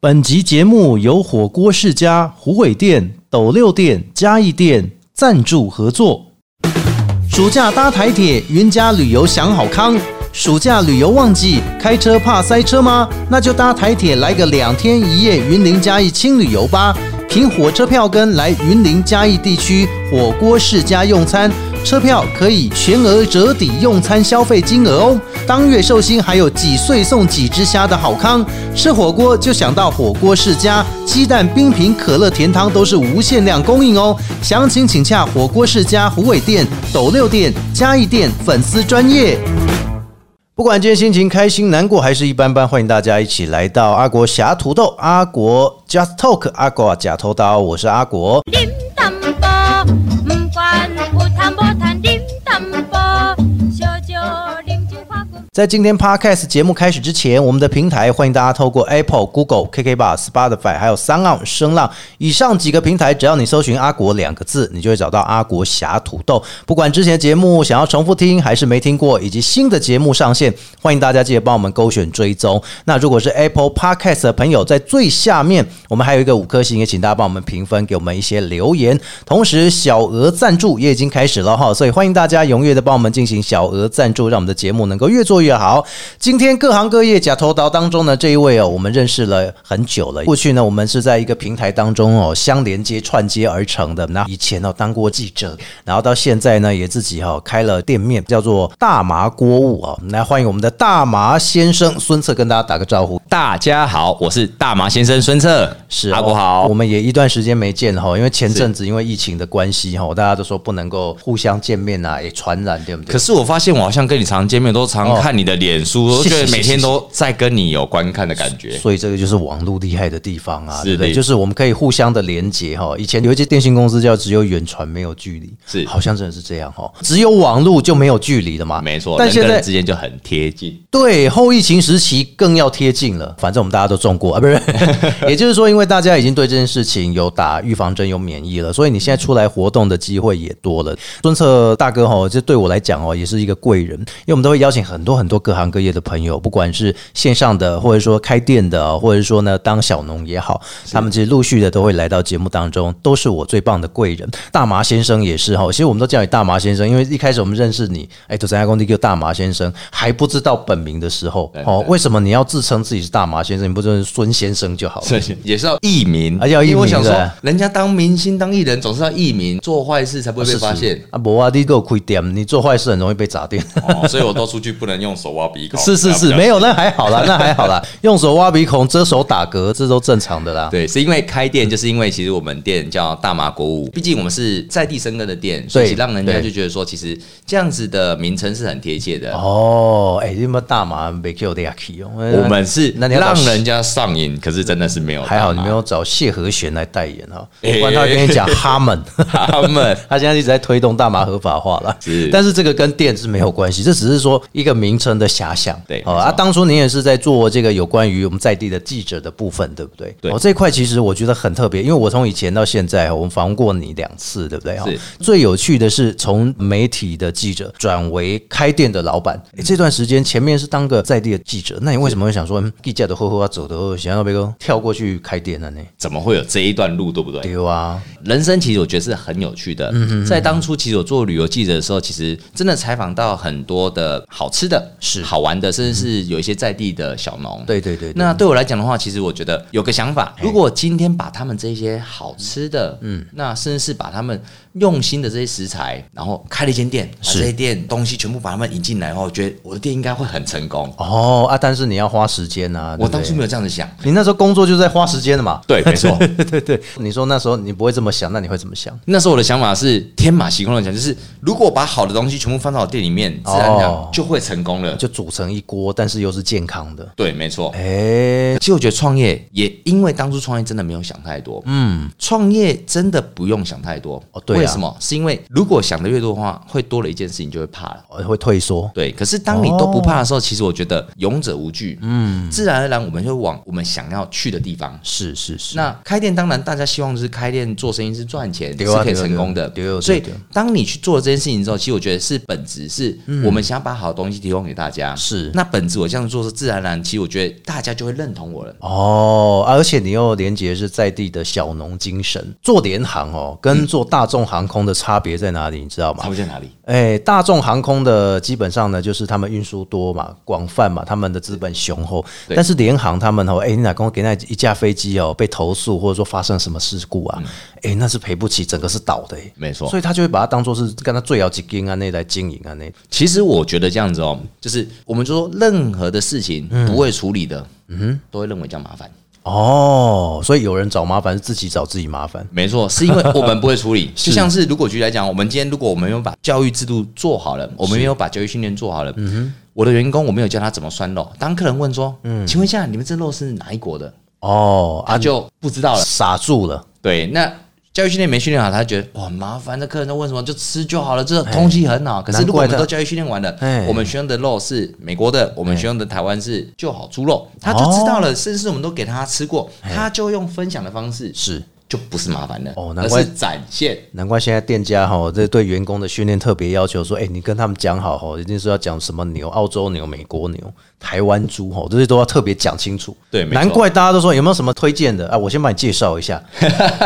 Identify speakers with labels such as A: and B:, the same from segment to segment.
A: 本集节目由火锅世家、虎尾店、斗六店、嘉义店赞助合作。暑假搭台铁，云家旅游享好康。暑假旅游旺季，开车怕塞车吗？那就搭台铁来个两天一夜云林嘉义轻旅游吧。凭火车票根来云林嘉义地区火锅世家用餐，车票可以全额折抵用餐消费金额哦。当月寿星还有几岁送几只虾的好康，吃火锅就想到火锅世家，鸡蛋、冰品、可乐、甜汤都是无限量供应哦。详情请洽火锅世家虎尾店、斗六店、嘉义店粉丝专业。不管今天心情开心、难过还是一般般，欢迎大家一起来到阿国侠土豆、阿国 Just Talk、阿国假偷刀，我是阿国。
B: điểm tâm bò mừng quan u tham bò than điểm tâm bò cho cho điểm chữ khoa cùng
A: 在今天 Podcast 节目开始之前，我们的平台欢迎大家透过 Apple、Google、KK Bar、Spotify 还有 s o u n d 声浪以上几个平台，只要你搜寻“阿国”两个字，你就会找到阿国侠土豆。不管之前的节目想要重复听还是没听过，以及新的节目上线，欢迎大家记得帮我们勾选追踪。那如果是 Apple Podcast 的朋友，在最下面我们还有一个五颗星，也请大家帮我们评分，给我们一些留言。同时，小额赞助也已经开始了哈，所以欢迎大家踊跃的帮我们进行小额赞助，让我们的节目能够越做越好。今天各行各业假头刀当中呢，这一位哦，我们认识了很久了。过去呢，我们是在一个平台当中哦相连接串接而成的。那以前哦当过记者，然后到现在呢也自己哈、哦、开了店面，叫做大麻锅物哦。来欢迎我们的大麻先生孙策跟大家打个招呼。
C: 大家好，我是大麻先生孙策，
A: 是、
C: 阿国好
A: 我。们也一段时间没见哈，因为前阵子因为疫情的关系哈，大家都说不能够互相见面啊，也传染，对不对？
C: 可是我发现我好像跟你常见面，都常看你的脸书，我
A: 哦谢谢
C: 觉得每
A: 谢谢
C: 天都在跟你有观看的感觉。
A: 所以这个就是网络厉害的地方啊，
C: 是
A: 对不对？
C: 的
A: 就是我们可以互相的连接哈。以前有一些电信公司叫只有远传没有距离，
C: 是
A: 好像真的是这样哈，只有网络就没有距离了嘛。
C: 没错，
A: 但
C: 人
A: 现
C: 跟
A: 在
C: 人之间就很贴近。
A: 对，后疫情时期更要贴近了。反正我们大家都中过啊，不是？也就是说，因为大家已经对这件事情有打预防针、有免疫了，所以你现在出来活动的机会也多了。孙策大哥哈，这对我来讲哦，也是一个贵人，因为我们都会邀请很多很多各行各业的朋友，不管是线上的，或者说开店的，啊或者说呢当小农也好，他们其实陆续的都会来到节目当中，都是我最棒的贵人。大麻先生也是哈，其实我们都叫你大麻先生，因为一开始我们认识你，哎，都参加工地叫大麻先生，还不知道本名的时候
C: 对，
A: 哦，
C: 对
A: 为什么你要自称自己是大麻先生？你不就是孙先生就 好了？
C: 所以也是要艺名，
A: 啊要艺名
C: 因为我想说
A: 对，
C: 人家当明星、当艺人总是要艺名，做坏事才不会被发 现。
A: 啊，不啊，你给我亏点，你做坏事很容易被砸 店。
C: 哦，所以我都出去不能用手挖鼻孔。
A: 是是
C: 比
A: 是，
C: 较
A: 没有那还 好啦，那还好啦，用手挖鼻孔、遮手打嗝，这都正常的啦。
C: 对，是因为开店，就是因为其实我们店叫大麻国物，毕竟我们是在地生根的店，所以让人家
A: 嗯对
C: 就觉得说，其实这样子的名称是很贴切的。
A: 哦，哎、你有没有大麻没给我的 k 哦？
C: 我们是
A: 那你要找
C: 让人家上瘾，可是真的是没有大麻。
A: 还好你没有找谢和弦来代言哈，不
C: 哎
A: 然他会跟你讲哈 们。
C: 他们
A: 他现在一直在推动大麻合法化了
C: 是，
A: 但是这个跟电是没有关系，这只是说一个名称的遐想。
C: 对
A: 哦
C: 没错
A: 啊，当初您也是在做这个有关于我们在地的记者的部分，对不对？
C: 对
A: 哦，这一块其实我觉得很特别，因为我从以前到现在，我们访问过你两次，对不对？哦
C: 是
A: 最有趣的是从媒体的记者转为开店的老板，
C: 嗯
A: 诶这段时间前面是当个在地的记者，那你为什么会想说，嗯，记者的后后啊，走的后，想要被哥跳过去开店了呢？
C: 怎么会有这一段路，对不嗯对？
A: 对啊，
C: 人生其实我觉得是很有趣的。在当初其实我做旅游记者的时候，其实真的采访到很多的好吃的、
A: 是
C: 好玩的，甚至是有一些在地的小农。
A: 对对对对
C: 嗯那对我来讲的话，其实我觉得有个想法，如果今天把他们这些好吃的，嗯，那甚至是把他们用心的这些食材，然后开了一间店，把
A: 是
C: 这些店东西全部把他们引进来的话，我觉得我的店应该会很成功。
A: 哦啊，但是你要花时间啊，对
C: 我
A: 不对
C: 当初没有这样子想，
A: 你那时候工作就是在花时间的嘛？
C: 对，没 错。
A: 对对对，你说那时候你不会这么想，那你会怎么想？
C: 那时候我的想法是天马行空的讲，就是如果把好的东西全部放到我店里面，自然而
A: 哦
C: 然就会成功了。
A: 就煮成一锅，但是又是健康的。
C: 对，没错。
A: 哎、
C: 其实我觉得创业也因为当初创业真的没有想太多，嗯，创业真的不用想太多。
A: 哦对啊
C: 为什么？是因为如果想的越多的话，会多了一件事情，就会怕了。
A: 呃会退缩。
C: 对，可是当你都
A: 哦
C: 不怕的时候，其实我觉得勇者无惧，嗯，自然而然我们就往我们想要去的地方。
A: 是是是，
C: 那开店当然大家希望就是开店做生意是赚钱，
A: 对
C: 是
A: 啊
C: 可以
A: 对啊
C: 成功的
A: 对啊对啊对啊。
C: 所以当你去做了这件事情之后，其实我觉得是本质是我们想把好东西提供给大家。
A: 嗯是
C: 那本质我这样做是自然而然，其实我觉得大家就会认同我了。
A: 哦，而且你又连接是在地的小农精神。做联航哦，跟
C: 嗯
A: 做大众航空的差别在哪里？你知道吗
C: 差？别在哪里？
A: 哎、大众航空的基本上呢，就是他们运输多嘛，广泛嘛，他们的资本雄厚。
C: 对
A: 但是联航他们哦，哎、你哪公给那一架飞机哦被投诉，或者说发生什么事故啊？哎、那是赔不起，整个是倒的、哎
C: 嗯没错
A: 所以他就会把它当做是跟他最要几斤啊那来经营啊那。
C: 其实我觉得这样子哦，就是我们就说任何的事情不会处理的，嗯，都会认为这样麻烦。
A: 哦，所以有人找麻烦是自己找自己麻烦。
C: 没错，是因为我们不会处理。
A: 是
C: 就像是如果举例来讲，我们今天如果我们没有把教育制度做好了，我们没有把教育训练做好了，
A: 嗯
C: 我的员工我没有教他怎么涮肉。当客人问说：“
A: 嗯
C: 请问一下，你们这肉是哪一国的
A: 哦？”，
C: 他就不知道了。
A: 傻住了。
C: 对，那教育训练没训练好，他觉得哇很麻烦，那客人在问什么就吃就好了，这东西很好。可是如果我
A: 哎难怪
C: 们
A: 他
C: 都教育训练完了
A: 哎，
C: 我们学用的肉是美国的，我们学用的台湾是就好猪肉，他就知
A: 哦
C: 道了，甚至我们都给他吃过，
A: 哎
C: 他就用分享的方式
A: 是，
C: 就不是麻烦了，
A: 哦难
C: 而
A: 怪
C: 是展现。
A: 难怪现在店家哈，这对员工的训练特别要求，说，哎、你跟他们讲好哈，一定是要讲什么牛、澳洲牛、美国牛、台湾猪哈，这些都要特别讲清楚。
C: 对没错
A: 难怪大家都说有没有什么推荐的啊？我先帮你介绍一 下。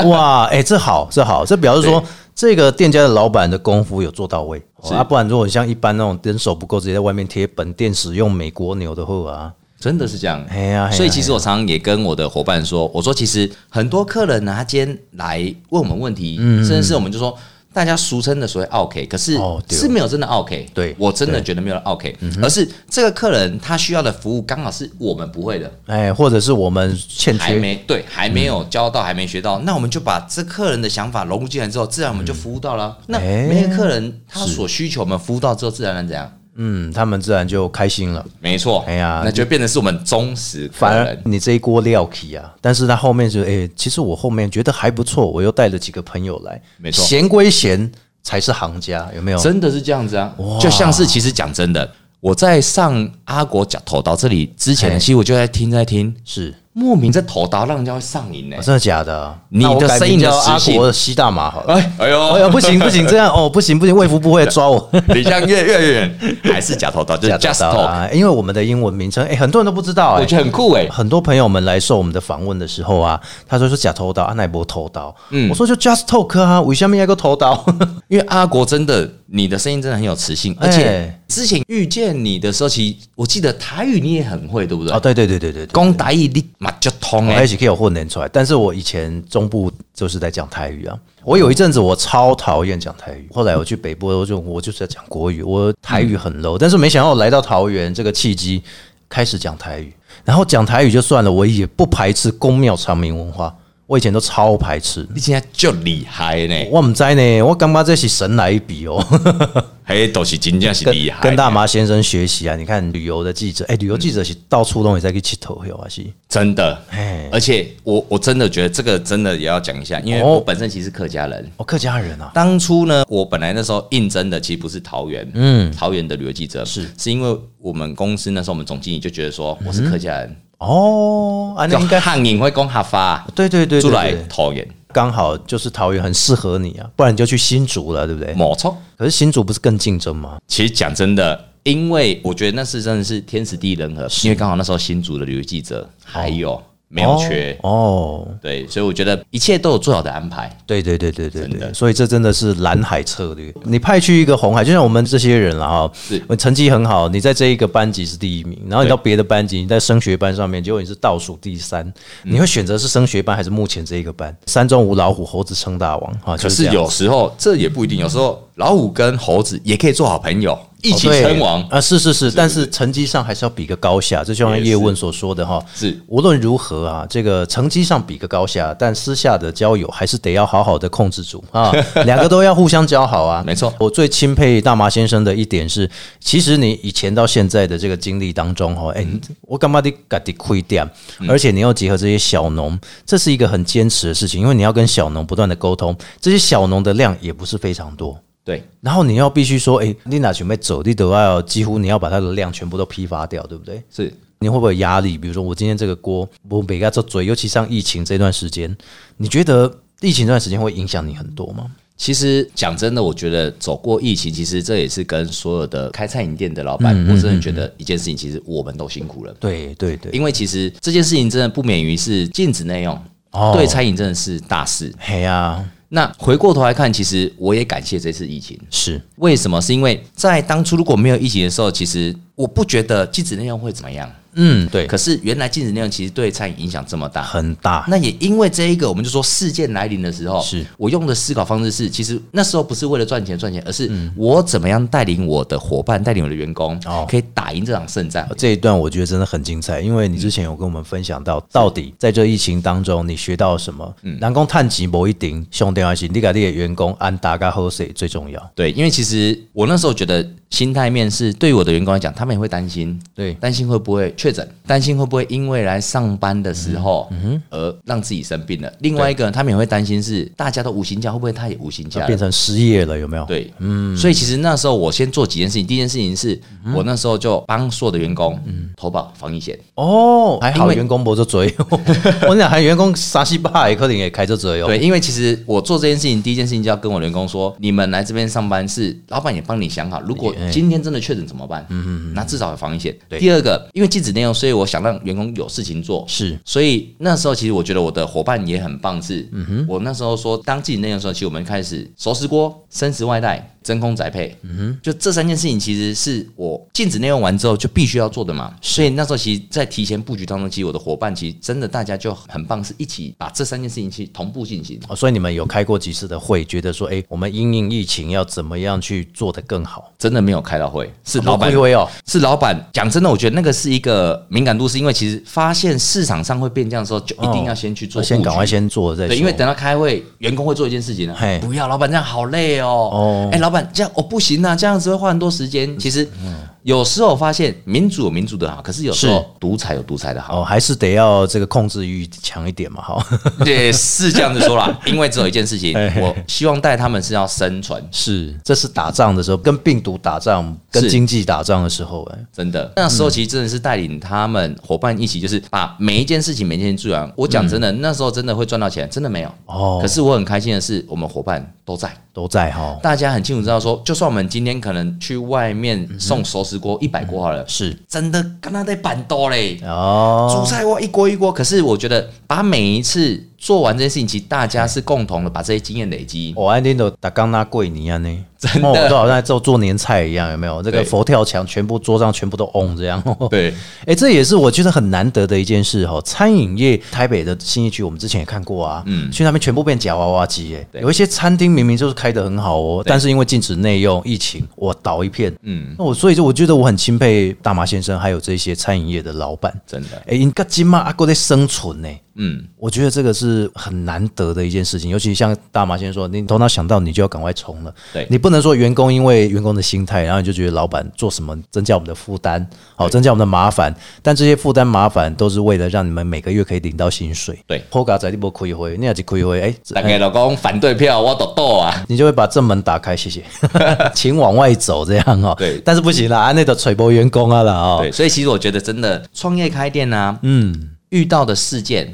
A: 哇，哎、这好，这好，这表示说
C: 对
A: 这个店家的老板的功夫有做到位。
C: 是
A: 哦啊，不然如果像一般那种人手不够，直接在外面贴本店使用美国牛的货啊，
C: 真的是这样。
A: 哎呀，
C: 所以其实
A: 我
C: 我常常也跟我的伙伴说，我说其实很多客人呢，他今天来问我们问题，甚至是我们就说。大家俗称的所谓 OK，可是
A: 哦对
C: 是没有真的 OK，、
A: 对
C: 我真的
A: 对
C: 觉得没有 OK，而是这个客人他需要的服务刚好是我们不会的，
A: 哎、或者是我们欠
C: 还
A: 缺
C: 没对，还没有教到，还没学到，那我们就把这客人的想法融入进来之后，自然我们就服务到了。那
A: 哎
C: 每个客人他所需求，我们服务到之后，自然而然怎样？
A: 嗯，他们自然就开心了。
C: 没错，
A: 哎呀
C: 那就变成是我们忠实客
A: 反而哦
C: 人。
A: 哎你这一锅料起啊，但是他后面就哎、其实我后面觉得还不错，我又带了几个朋友来，
C: 没错
A: 闲归闲才是行家，有没有？
C: 真的是这样子啊
A: 哇！
C: 就像是其实讲真的，我在上阿国讲头刀这里之前
A: 嘿
C: 呢，其实我就在听在听，
A: 是、
C: 莫名这头刀让人家会上瘾呢
A: 啊。真的假的啊？
C: 哎你的
A: 那我改
C: 生
A: 名
C: 意的
A: 叫阿
C: 实性
A: 国的吸大麻好 了。
C: 哎哎
A: 哎呀，
C: 呦，
A: 不行不行，这样哦，不行不行，卫福部会抓 我。
C: 离这样越越远，还是假头刀，就是 just
A: 假的
C: talk，
A: 啊，因为我们的英文名称，哎、很多人都不知道、哎
C: 我觉得很酷哎。
A: 很多朋友们来受我们的访问的时候啊，他说说假偷刀，阿啊奈博偷刀，
C: 嗯
A: 我说就 just talk 啊，为什么要个偷刀？
C: 因为阿国真的，你的声音真的很有磁性，而且
A: 哎
C: 之前遇见你的时候，其实我记得台语你也很会，对不对
A: 哦，？对对对对对对对
C: 讲台语你马就通
A: 我
C: 哎
A: 一，起可以有混连出来，但是我以前中部就是在讲台语啊。我有一阵子我超讨厌讲台语，后来我去北部我就我就是在讲国语，我台语很 low，、但是没想到我来到桃园这个契机开始讲台语，然后讲台语就算了，我也不排斥宫庙长明文化，我以前都超排斥。
C: 你现在就厉害呢，
A: 我唔知道呢，我感觉这是神来一笔哦，
C: 嘿，都是真正是
A: 跟
C: 厉害呢，啊
A: 跟大麻先生学习啊！你看旅游的记者，哎、旅游记者是到处都也在去乞头有啊是，
C: 真的
A: 哎，
C: 而且我我真的觉得这个真的也要讲一下，因为
A: 哦
C: 我本身其实是客家人。
A: 哦客家人啊，
C: 当初呢，我本来那时候应征的其实不是桃园，嗯，桃园的旅游记者
A: 是
C: 是因为我们公司那时候我们总经理就觉得说我是客家人，
A: 哦，啊那
C: 就
A: 应该
C: 汉人会讲客话，
A: 对对对对
C: 出来
A: 对
C: 桃园，
A: 刚好就是桃园很适合你啊，不然你就去新竹了，对不对？
C: 没错。
A: 可是新竹不是更竞争吗？
C: 其实讲真的，因为我觉得那是真的是天时地利人和，因为刚好那时候新竹的旅游记者还有、没有缺，
A: 哦。哦
C: 对，所以我觉得一切都有最好的安排。
A: 对对对对对
C: 真
A: 对，
C: 的
A: 所以这真的是蓝海策略。你派去一个红海，就像我们这些人了哈
C: 是，
A: 我成绩很好，你在这一个班级是第一名，然后你
C: 对
A: 到别的班级，你在升学班上面，结果你是倒数第三，
C: 嗯
A: 你会选择是升学班还是目前这一个班？山中无老虎，猴子称大王哈。就这
C: 可是
A: 样
C: 有时候这也不一定，有时候老虎跟猴子也可以做好朋友。一起
A: 对
C: 称王
A: 啊、。是是是，但是成绩上还是要比个高下，这就像叶问所说的哈，
C: 是
A: 无论如何啊，这个成绩上比个高下，但私下的交友还是得要好好的控制住 啊，两个都要互相交好啊，
C: 没错
A: 我最钦佩大麻先生的一点是，其实你以前到现在的这个经历当中哈，哎、
C: 嗯
A: 我干嘛得嘎得亏掉？而且你要结合这些小农，这是一个很坚持的事情，因为你要跟小农不断的沟通，这些小农的量也不是非常多。
C: 对，
A: 然后你要必须说，哎、你哪准备走，你都要几乎你要把它的量全部都批发掉，对不对？
C: 是
A: 你会不会有压力？比如说我今天这个锅，我每个做嘴，尤其像疫情这段时间，你觉得疫情这段时间会影响你很多吗？
C: 其实讲真的，我觉得走过疫情，其实这也是跟所有的开餐饮店的老板，
A: 嗯
C: 我真的觉得一件事情，其实我们都辛苦了。
A: 对对对，
C: 因为其实这件事情真的不免于是禁止内用，
A: 哦
C: 对餐饮真的是大事。
A: 嘿呀、
C: 那回过头来看，其实我也感谢这次疫情。
A: 是
C: 为什么？是因为在当初如果没有疫情的时候，其实我不觉得禁止内容会怎么样。
A: 嗯，对，
C: 可是原来禁止内容其实对餐饮影响这么大。
A: 很大，
C: 那也因为这一个，我们就说事件来临的时候，
A: 是
C: 我用的思考方式是，其实那时候不是为了赚钱赚钱，而是我怎么样带领我的伙伴、带领我的员工，
A: 嗯哦
C: 可以打赢这场胜战。
A: 这一段我觉得真的很精彩，因为你之前有跟我们分享到，到底在这疫情当中你学到什么？南宫探及某一顶兄弟关系，你给你的员工安达嘎喝水最重要。
C: 对，因为其实我那时候觉得心态面是对于我的员工来讲，他们也会担心，
A: 对
C: 担心会不会确诊，担心会不会因为来上班的时候，
A: 嗯
C: 而让自己生病了。另外一个，他们也会担心是大家都无薪假，会不会他也无薪假
A: 变
C: 了？
A: 成失业了，有没有？，
C: 对，嗯，所以其实那时候我先做几件事情。第一件事情是、我那时候就帮所有的员工投保防疫险，
A: 哦，还
C: 因
A: 好
C: 为
A: 员工不做嘴， 我讲还员工沙西巴也可能也开这嘴哦。
C: 对，因为其实我做这件事情，第一件事情就要跟我的员工说，你们来这边上班是老板也帮你想好，如果今天真的确诊怎么办？哎嗯嗯，那至少有防疫险。
A: 对
C: 第二个，因为禁止内容，所以我想让员工有事情做。
A: 是
C: 所以那时候其实我觉得我的伙伴也很棒是，嗯哼，我那时候说当禁止内容的时候，其实我们开始熟食锅、生食外带、真空宅配，嗯哼，就这三件事情其实是我禁止内容完之后就必须要做的嘛。所以那时候其实，在提前布局当中，其实我的伙伴其实真的大家就很棒，是一起把这三件事情去同步进行。
A: 哦，所以你们有开过几次的会，觉得说，哎、我们因应疫情要怎么样去做得更好？
C: 真的没有开到会，是老板
A: 不会哦，
C: 是老板讲真的，我觉得那个是一个敏感度，是因为其实发现市场上会变这样的时候，就一定要先去做布局，
A: 哦先赶快先做再说。
C: 对，因为等到开会，员工会做一件事情呢、啊
A: 嘿
C: 不要，老板这样好累哦。
A: 哦嗯
C: 哦，哎，老板这样我、哦不行啊，这样子会花很多时间。其实有时候我发现民主有民主的好，可是有时
A: 是
C: 候独裁有独裁的好。
A: 哦，还是得要这个控制欲强一点嘛， 哈。
C: 对，是这样子 说啦，因为只有一件事情，我希望带他们是要生存，
A: 是，这是打仗的时候，跟病毒打仗，跟
C: 是
A: 经济打仗的时候、哎，
C: 真的，那时候其实真的是带领他们伙伴一起，就是把每一件事情每一件事情做完。我讲真的，那时候真的会赚到钱，真的没有。
A: 嗯哦
C: 可是我很开心的是，我们伙伴都在，
A: 都在哈。
C: 大家很清楚知道说，就算我们今天可能去外面送熟食
A: 嗯
C: 锅一百锅好了，
A: 是
C: 真的跟他在板多嘞。
A: 哦
C: 煮，菜锅一锅一锅，可是我觉得把每一次做完这件事情，其实大家是共同的把这些经验累积。
A: 我哦安定都打刚拿桂泥啊呢，
C: 嗯真的
A: 哦我都好像在做做年菜一样，有没有？这个
C: 对
A: 佛跳墙全部桌上全部都 on 这样。
C: 对，
A: 哎、这也是我觉得很难得的一件事哈、哦。餐饮业台北的新一区，我们之前也看过啊，嗯，去那边全部变假娃娃机，哎，
C: 对
A: 有一些餐厅明明就是开得很好哦，但是因为禁止内用，疫情，我倒一片。
C: 嗯，
A: 那我所以就我觉得我很钦佩大马先生，还有这些餐饮业的老板。
C: 真的，
A: 哎，因个金嘛阿哥在生存呢、
C: 嗯，
A: 我觉得这个是很难得的一件事情，尤其像大马先生说，你头脑想到你就要赶快冲了。
C: 对
A: 你不能说员工因为员工的心态，然后你就觉得老板做什么增加我们的负担，好增加我们的麻烦，但这些负担麻烦都是为了让你们每个月可以领到薪水。
C: 对
A: 破嘎仔你不亏回，你要去亏回，哎、这
C: 大概老公反对票我都斗啊，
A: 你就会把正门打开，谢 谢，请往外走这样哦。
C: 对
A: 但是不行啦，那个吹波员工啊啦哦
C: 对，，所以其实我觉得真的创业开店啊，
A: 嗯，
C: 遇到的事件，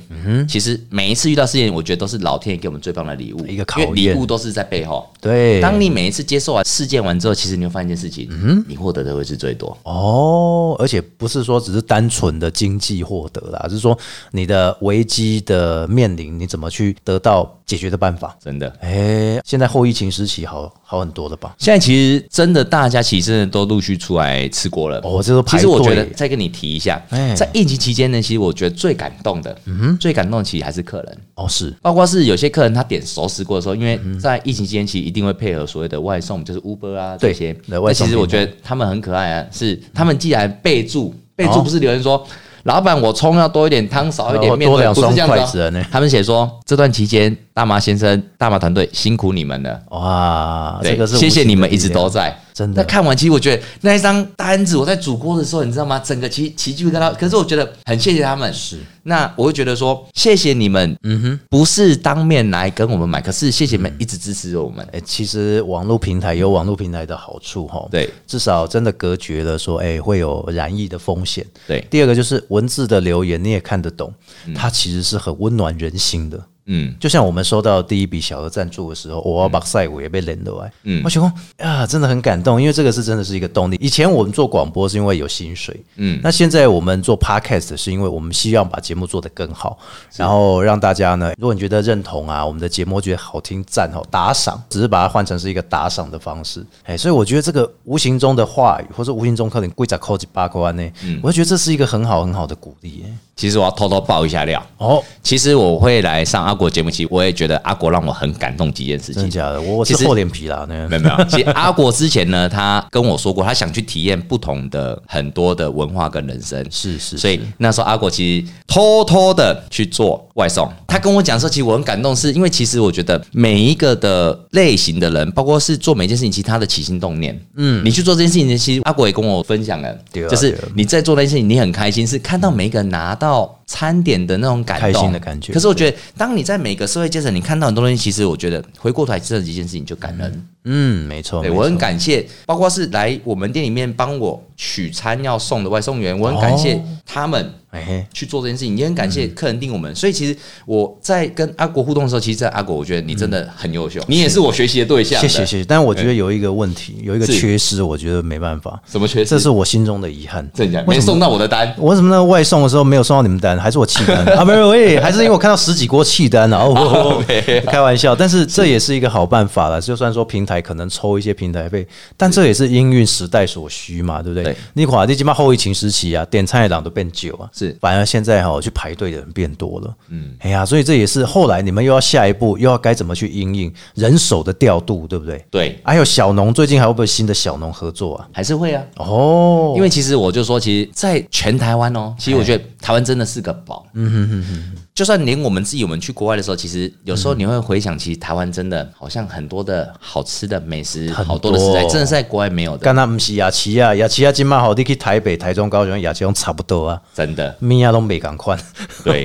C: 其实每一次遇到事件，我觉得都是老天爷给我们最棒的礼物，
A: 一个考
C: 因为礼
A: 验
C: 物都是在背后。
A: 对，
C: 当你每一次接受完事件完之后，其实你会发现一件事情，你获得的会是最多。
A: 哦，而且不是说只是单纯的经济获得啦，是说你的危机的面临，你怎么去得到解决的办法？
C: 真的，
A: 哎，现在后疫情时期好好很多了吧？
C: 现在其实真的大家其实真的都陆续出来吃锅了。
A: 哦，这都排队
C: 其实我觉得再跟你提一下
A: 哎，
C: 在疫情期间呢，其实我觉得最最感动的，最感动的其实还是客人，
A: 哦，是
C: 包括是有些客人他点熟食锅的时候，因为在疫情期间其实一定会配合所谓的外送，就是 Uber 啊
A: 对
C: 这些。
A: 对
C: 那
A: 外送
C: 其实我
A: 平台
C: 觉得他们很可爱啊，是他们既然备注，备注
A: 哦
C: 不是留言说。老板，我葱要多一点，汤少一
A: 哦
C: 点，面
A: 多
C: 粉
A: 两
C: 不
A: 双
C: 是这样
A: 筷
C: 子
A: 子
C: 哦。
A: 啊呢。
C: 他们写说，这段期间，大麻先生、大麻团队辛苦你们了，
A: 哇，
C: 对，
A: 啊这个是
C: 谢谢
A: 无形的
C: 你们一
A: 力
C: 直
A: 量
C: 都在。
A: 真
C: 那
A: 的
C: 看完，其实我觉得那一张单子，我在煮锅的时候，你知道吗？整个奇奇剧跟他，可是我觉得很谢谢他们。
A: 是，
C: 那我会觉得说，谢谢你们，嗯哼，不是当面来跟我们买，可是谢谢你们一直支持我们。
A: 嗯哎、其实网络平台有网络平台的好处哈，
C: 对，
A: 至少真的隔绝了说，哎、会有染疫的风险。
C: 对
A: 第二个就是文字的留言你也看得懂，它其实是很温暖人心的。
C: 嗯，
A: 就像我们收到第一笔小额赞助的时候，哦我要把赛我也被连到来，嗯，我想说啊，真的很感动，因为这个是真的是一个动力。以前我们做广播是因为有薪水，嗯，那现在我们做 podcast 是因为我们希望把节目做得更好，然后让大家呢，如果你觉得认同啊，我们的节目觉得好听赞哦，打赏，只是把它换成是一个打赏的方式，哎，所以我觉得这个无形中的话语，或者无形中可能贵在扣几八块安呢，
C: 嗯
A: 我就觉得这是一个很好很好的鼓励，哎
C: 其实我要偷偷爆一下料。
A: 哦，
C: 其实我会来上阿国节目，其实我也觉得阿国让我很感动几件事
A: 真的
C: 情。
A: 假的？我我是
C: 其实
A: 厚脸皮啦，那
C: 没有没有， 其实阿国之前呢，他跟我说过，他想去体验不同的很多的文化跟人生，
A: 是是，
C: 所以那时候阿国其实偷偷的去做外送。他跟我讲的时候，其实我很感动是，因为其实我觉得每一个的类型的人，包括是做每件事情，其实他的起心动念，嗯，你去做这件事情，其实阿国也跟我分享了，
A: 对啊
C: 就是
A: 对啊
C: 你在做那件事情，你很开心，是看到每一个人拿到。餐点的那种感动，
A: 开心的感觉
C: 可是我觉得，当你在每个社会阶层，你看到很多东西，其实我觉得回过头来，这几件事情就感恩。
A: 嗯，没错，
C: 对
A: 没
C: 我很
A: 错
C: 感谢，包括是来我们店里面帮我取餐要送的外送员，我很感谢
A: 哦
C: 他们。
A: 哎嘿，
C: 去做这件事情，也很感谢客人定我们。所以其实我在跟阿国互动的时候，其实，在阿国，我觉得你真的很优秀，你也是我学习的对象。
A: 谢谢，谢谢。但我觉得有一个问题，有一个
C: 是
A: 缺失，我觉得没办法，
C: 什么缺失？
A: 这是我嗯心中的遗憾。
C: 真假？
A: 为
C: 没
A: 什
C: 送
A: 么？
C: 到我的单，
A: 我为什么那个外送的时候没有送到你们单，还是我弃单啊？不是，喂，还是因为我看到十几锅弃单啊！哦，开玩笑，但是这也是一个好办法了。就算说平台可能抽一些平台费，但这也是因运时代所需嘛，对不对
C: 对？
A: 你垮，你起码后疫情时期啊，点餐的档都变久啊，
C: 是
A: 反而现在哈、去排队的人变多了。嗯，哎呀，所以这也是后来你们又要下一步又要该怎么去因应人手的调度，对不对？
C: 对，
A: 还有小农最近还会不会有新的小农合作啊？
C: 还是会啊。
A: 哦，
C: 因为其实我就说，其实，在全台湾哦，其实我觉得台湾真的是个宝。嗯哼哼哼，就算连我们自己，我们去国外的时候，其实有时候你会回想，其实台湾真的好像很多的好吃的美食，
A: 很
C: 好多的食材，
A: 多
C: 真的是在国外没有的，
A: 干那不是亚旗啊，亚旗啊，今嘛好，你去台北、台中、高雄、亚旗拢差不多啊，
C: 真的。
A: 物啊拢没赶快。
C: 对，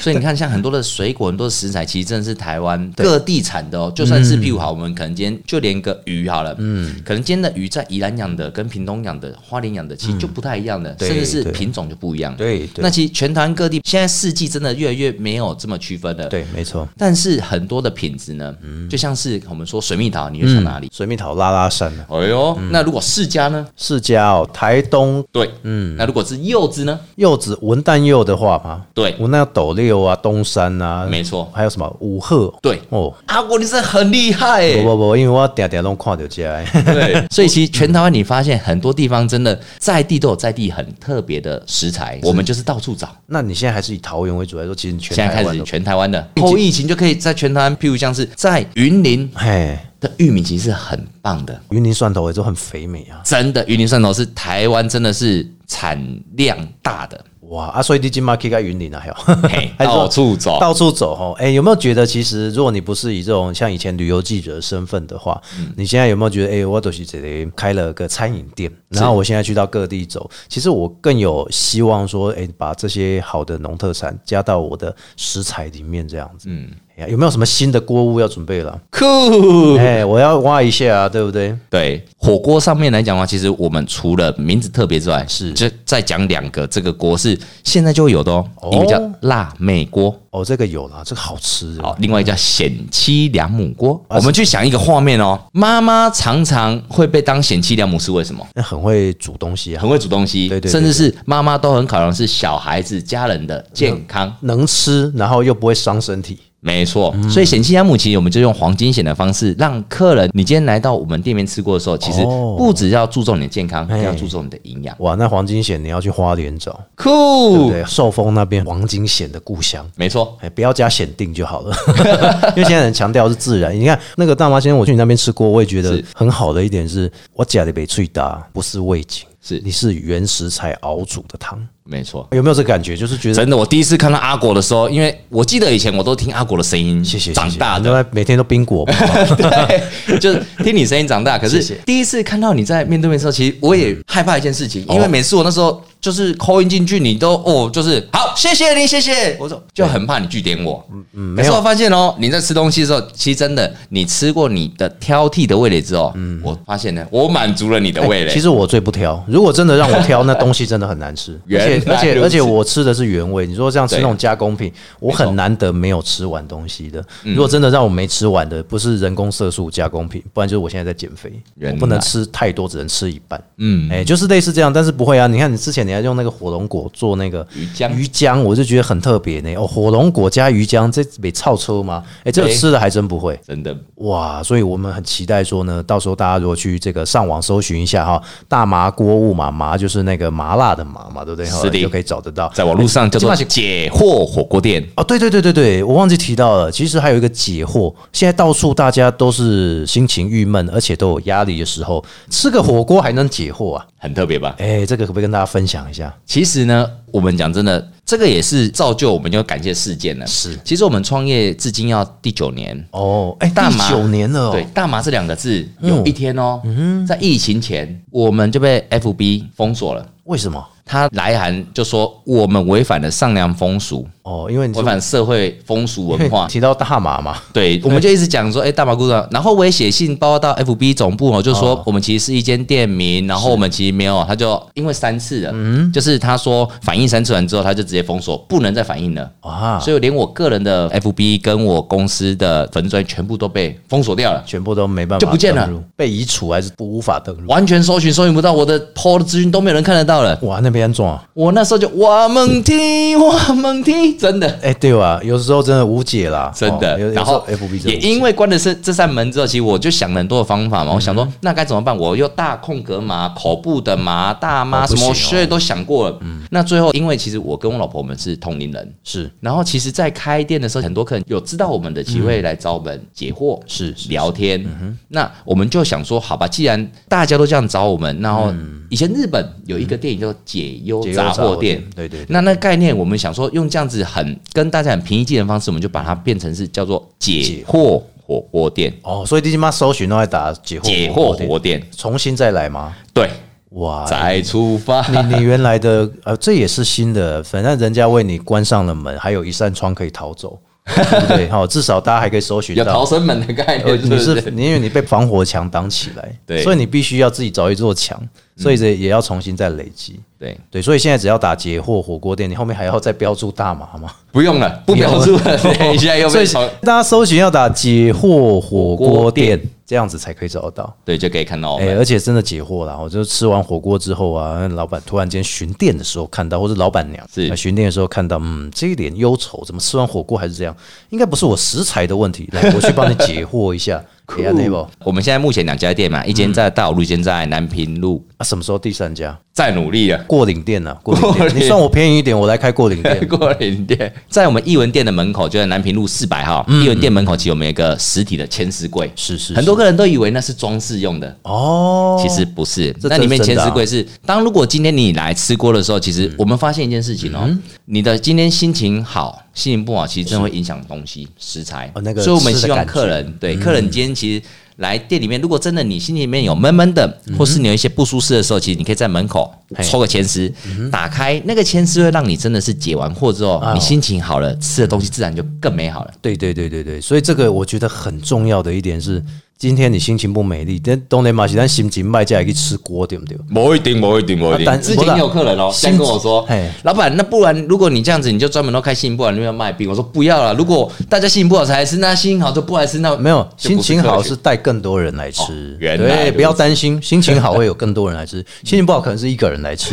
C: 所以你看，像很多的水果、很多的食材，其实真的是台湾各地产的哦。就算是譬如好，我们可能今天就连个鱼好了，嗯，可能今天的鱼在宜兰养的、跟屏东养的、花莲养的，其实就不太一样的，
A: 对
C: 甚至是
A: 对
C: 品种就不一样。
A: 对对
C: 那其实全台湾各地现在四季真的越来越没有这么区分了。，
A: 对，没错。
C: 但是很多的品质呢，就像是我们说水蜜桃，你会想哪里？
A: 嗯水蜜桃拉拉山啊，
C: 哎呦，那如果释迦呢？
A: 世家哦，台东
C: 对，嗯，那如果是柚子呢？
A: 柚子文旦柚的话嘛，
C: 对
A: 我那斗六啊，东山啊，
C: 没错
A: 还有什么五鹤
C: 对，
A: 哦，
C: 阿国你真的很厉害哎、
A: 不不不，因为我点点拢看到这的，
C: 对， 所以其实全台湾你发现很多地方真的在地都有在地很特别的食材，我们就是到处找。
A: 那你现在还是以桃园为主来说，其实你全
C: 现在
A: 台
C: 开
A: 湾
C: 始
A: 都，
C: 全台湾的后疫情就可以在全台湾，譬如像是在云林
A: 嘿，
C: 的玉米其实是很棒的，
A: 云林蒜头也都很肥美啊，
C: 真的云林蒜头是台湾真的是产量大的，
A: 哇啊，所以你今嘛去到云林啊，还有
C: 嘿，
A: 还是说
C: 到处走。
A: 到处走哈，哎、有没有觉得其实如果你不是以这种像以前旅游记者的身份的话，
C: 嗯
A: 你现在有没有觉得，哎、我都是这里开了个餐饮店，然后我现在去到各地走，其实我更有希望说，哎、把这些好的农特产加到我的食材里面，这样子，嗯。有没有什么新的锅物要准备了？
C: 酷，
A: 哎、我要挖一下啊，对不对？
C: 对火锅上面来讲的话，其实我们除了名字特别之外，是就再讲两个这个锅是现在就有的哦，一个叫辣妹锅，
A: 哦，这个有啦，这个好吃。
C: 好，另外一个叫显妻良母锅。
A: 啊
C: 我们去想一个画面哦，妈妈常常会被当显妻良母是为什么？
A: 那很会煮东西啊
C: 很，会煮东西，
A: 对对对
C: 甚至是妈妈都很考量是小孩子家人的健康。
A: 能吃，然后又不会伤身体。
C: 没错，
A: 嗯
C: 所以显妻良母其实我们就用黄金显的方式，让客人你今天来到我们店面吃过的时候，其实
A: 哦
C: 不只要注重你的健康，
A: 哎
C: 更要注重你的营养。
A: 哇，那黄金蚬你要去花莲找，对不
C: 酷，
A: 对？寿丰那边黄金蚬的故乡。
C: 没错，
A: 哎，不要加显定就好了， 因为现在很强调是自然。你看那个大妈先生，我去你那边吃过，我也觉得
C: 是
A: 很好的一点是，我加的北翠达不是味精，
C: 是
A: 你是原食材熬煮的汤，
C: 没错。
A: 有没有这感觉？就是觉得
C: 真的，我第一次看到阿果的时候，因为我记得以前我都听阿果的声音，
A: 谢谢
C: 长大的，
A: 的，每天都冰果嘛，
C: 对，就是听你声音长大。可
A: 谢
C: 是
A: 谢
C: 第一次看到你在面对面的时候，其实我也害怕一件事
A: 哦
C: 情，因为每次我那时候就是扣音进去，你都哦，就是好，谢谢你，谢谢，我说就很怕你拒点我。嗯，
A: 没
C: 可
A: 有
C: 是我发现哦，你在吃东西的时候，其实真的，你吃过你的挑剔的味蕾之后，嗯，我发现呢，我满足了你的味
A: 哎
C: 蕾。
A: 其实我最不挑，如果真的让我挑，那东西真的很难吃，而
C: 原
A: 且而
C: 来
A: 且
C: 如此
A: 而且我吃的是原味。你说这样吃
C: 对
A: 那种加工品，我
C: 没错嗯
A: 很难得没有吃完东西的。如果真的让我没吃完的，不是人工色素加工品，不然就是我现在在减肥，
C: 原
A: 我
C: 来
A: 不能吃太多，只能吃一半。
C: 嗯，
A: 哎、就是类似这样，但是不会啊。你看，你之前你还用那个火龙果做那个
C: 鱼浆
A: 鱼浆我就觉得很特别呢。哦，火龙果加鱼浆，这没超车吗？哎、这个
C: 对
A: 吃的还真不会。
C: 真的
A: 哇，所以我们很期待说呢，到时候大家如果去这个上网搜寻一下哈，大麻锅物嘛，麻就是那个麻辣的麻嘛，对不对？
C: 是的
A: 就可以找得到。
C: 在网络上叫做
A: 基本
C: 解惑火锅店。
A: 哦，对对对对对，我忘记提到了，其实还有一个解惑，现在到处大家都是心情郁闷，而且都有压力的时候，吃个火锅还能解惑啊！
C: 很特别吧？
A: 哎，这个可不可以跟大家分享一下？
C: 其实呢，我们讲真的，这个也是造就我们要感谢事件了。
A: 是，
C: 其实我们创业至今要第九年，
A: 哦，哎，
C: 大
A: 第
C: 麻
A: 九年了、哦，嗯
C: 对“大麻”这两个字，有一天哦，在疫情前，我们就被 FB 封锁了。
A: 为什么？
C: 他来函就说我们违反了上梁风俗，
A: 哦，因为你
C: 违反社会风俗 文化。
A: 提到大麻嘛，
C: 对，我们就一直讲说，哎、大麻姑娘，然后我也写信包括到 FB 总部哦，就说我们其实是一间店名，然后我们其实没有，他就因为三次了，
A: 嗯
C: 就是他说反应三次完之后，他就直接封锁，不能再反应了，
A: 啊，
C: 所以连我个人的 FB 跟我公司的粉砖全部都被封锁掉了。
A: 全部都没办法
C: 就不见了
A: 登录，被移除还是不无法登录？
C: 完全搜寻搜寻不到我的 PO 的资讯都没有人看得到了。
A: 哇，那边装、啊。
C: 我那时候就我们听我们听，真的
A: 哎、对吧？有时候真的无解啦，
C: 真的。
A: 哦有有时
C: 然
A: 候
C: 后
A: FB 真的
C: 也
A: 无解
C: 因为关了这这扇门之后，其实我就想了很多的方法嘛。我想
A: 嗯
C: 说，那该怎么办？我又大空格麻、口部的麻、大
A: 哦
C: 妈
A: 不
C: 什
A: 行
C: 么，
A: 哦嗯
C: 所以都想过了。那最后，因为其实我跟我老婆我们是同龄人。
A: 是
C: 然后，其实，在开店的时候，很多客人有知道我们的机会来找我们解惑，
A: 嗯是是嗯
C: 聊天。那我们就想说，好吧，既然大家都这样找我们，然后以前日本有一个电影叫《解忧
A: 嗯解忧
C: 杂货店》，
A: 对对对，
C: 那那个概念，我们想说用这样子很跟大家很平易近人的方式，我们就把它变成是叫做解惑火锅店，
A: 哦，所以最近妈搜寻都在打解惑
C: 解
A: 火锅
C: 惑火
A: 店
C: 锅店，
A: 重新再来吗？
C: 对，
A: 哇，
C: 再出发。
A: 哎你你原来的呃，这也是新的，反正人家为你关上了门，还有一扇窗可以逃走，对不 对？哦好，至少大家还可以搜寻
C: 有
A: 到
C: 逃。生门的概
A: 呃，你
C: 念， 是不
A: 是
C: 是
A: 你因为你被防火墙挡起来，
C: 对嗯
A: 所以你必须要自己找一座墙，所以这也要重新再累积。
C: 对，
A: 对，所以现在只要打解惑火锅店，你后面还要再标注大麻吗？
C: 不用了，不标 注了，对现在又
A: 所
C: 被
A: 以
C: 从
A: 大家搜寻要打解惑火锅店，这样子才可以找得到。
C: 对就可以看到我
A: 哎、
C: 们。
A: 而且真的解惑啦！我就吃完火锅之后啊，那老板突然间巡店的时候看到，或者老板娘
C: 是
A: 呃巡店的时候看到，嗯，这一脸忧愁，怎么吃完火锅还是这样？应该不是我食材的问题，来，我去帮你解惑一 下。哎呀，那不啊，
C: 哦我们现在目前两家店嘛，一间在大武路，一间在南平路，
A: 啊什么时候第三家
C: 在努力了。
A: 过岭店呢、啊？过岭
C: 过
A: 店，
C: 岭
A: 你算我便宜一点，我来开过岭 店。
C: 过林店在我们艺文店的门口，就在南平路四百号。艺文店门口其实我们有一个实体的签诗柜，
A: 嗯是是是
C: 很多个人都以为那是装饰用的，
A: 哦，
C: 其实不是。
A: 这
C: 那里面
A: 真
C: 前
A: 的啊嗯
C: 十柜是，当如果今天你来吃锅的时候，其实我们发现一件事情哦，你的今天心情好，心情不好，其实真的会影响东西食材。
A: 哦那个
C: 所以我们
A: 吃的
C: 希望
A: 感觉嗯
C: 客人对客人今天其实。来店里面，如果真的你心里面有闷闷的，或是你有一些不舒适的时候，其实你可以在门口
A: 嗯嘿嗯
C: 抽个签丝，打开那个签丝，会让你真的是解完惑之后
A: 哦，
C: 你心情好了，吃的东西自然就更美好了。
A: 对对对对对，所以这个我觉得很重要的一点是，今天你心情不美丽，但当然嘛是咱心情卖价也去吃锅，对不对？
C: 不一定，不一定，不
A: 啊但
C: 之前也有客人哦、先跟我说
A: 嘿，
C: 老板，那不然如果你这样子，你就专门都开心情不好，你要卖冰。我说不要了，如果大家心情不好才来吃，那心情好就不来吃，那
A: 没有，
C: 就
A: 心
C: 不是
A: 情
C: 客
A: 好
C: 群
A: 是带更多人来吃
C: 哦，原来如
A: 对，
C: 此
A: 不要担心，心情好会有更多人来吃，心情不好可能是一个人来 吃。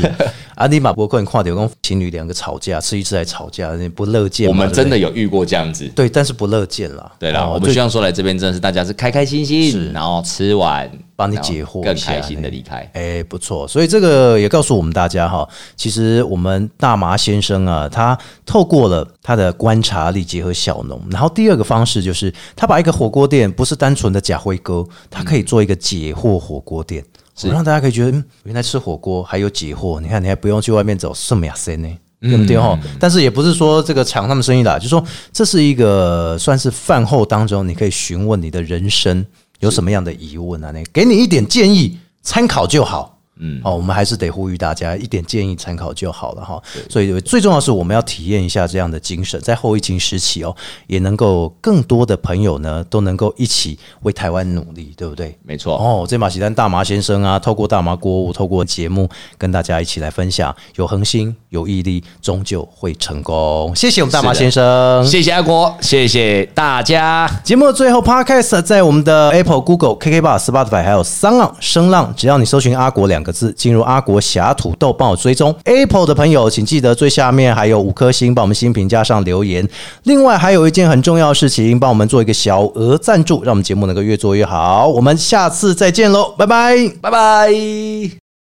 A: 阿尼玛伯克，你看到跟情侣两个吵架，吃一次还吵架，那不乐见嘛。
C: 我们
A: 对不对
C: 真的有遇过这样子。
A: 对，但是不乐见啦。
C: 对啦，
A: 哦
C: 我们
A: 最
C: 希望说来这边真的是大家是开开心心，然后吃完
A: 帮你
C: 然后
A: 解惑一
C: 更
A: 下
C: 开心的
A: 那
C: 离开。
A: 哎、不错，所以这个也告诉我们大家哈，其实我们大麻先生啊，他透过了他的观察力，结合小农，然后第二个方式就是他把一个火锅店不是单纯的假辉哥，他可以做一个解惑火锅店，我让大家可以觉得，嗯，原来吃火锅还有解惑，你看你还不用去外面走圣米亚森呢。对不对哈？但是也不是说这个抢他们生意啦，就说这是一个算是饭后当中，你可以询问你的人生有什么样的疑问啊？那给你一点建议参考就好。嗯，哦，我们还是得呼吁大家一点建议参考就好了哈。所以最重要的是，我们要体验一下这样的精神，在后疫情时期哦，也能够更多的朋友呢都能够一起为台湾努力，对不对？
C: 没错，
A: 哦，这马喜丹大麻先生啊，透过大麻锅物，透过节目跟大家一起来分享，有恒心，有毅力，终究会成功。谢谢我们大麻先生。
C: 谢谢阿郭，谢谢大家。
A: 节目的最后，Podcast 在我们的 Apple、Google、KK Bar、Spotify 还有三浪、声浪，只要你搜寻“阿国”两个字，进入阿国侠土豆，帮我追踪 Apple 的朋友，请记得最下面还有五颗星，帮我们新评加上留言。另外还有一件很重要的事情，帮我们做一个小额赞助，让我们节目能够越做越好。我们下次再见喽，拜拜。
C: 拜拜。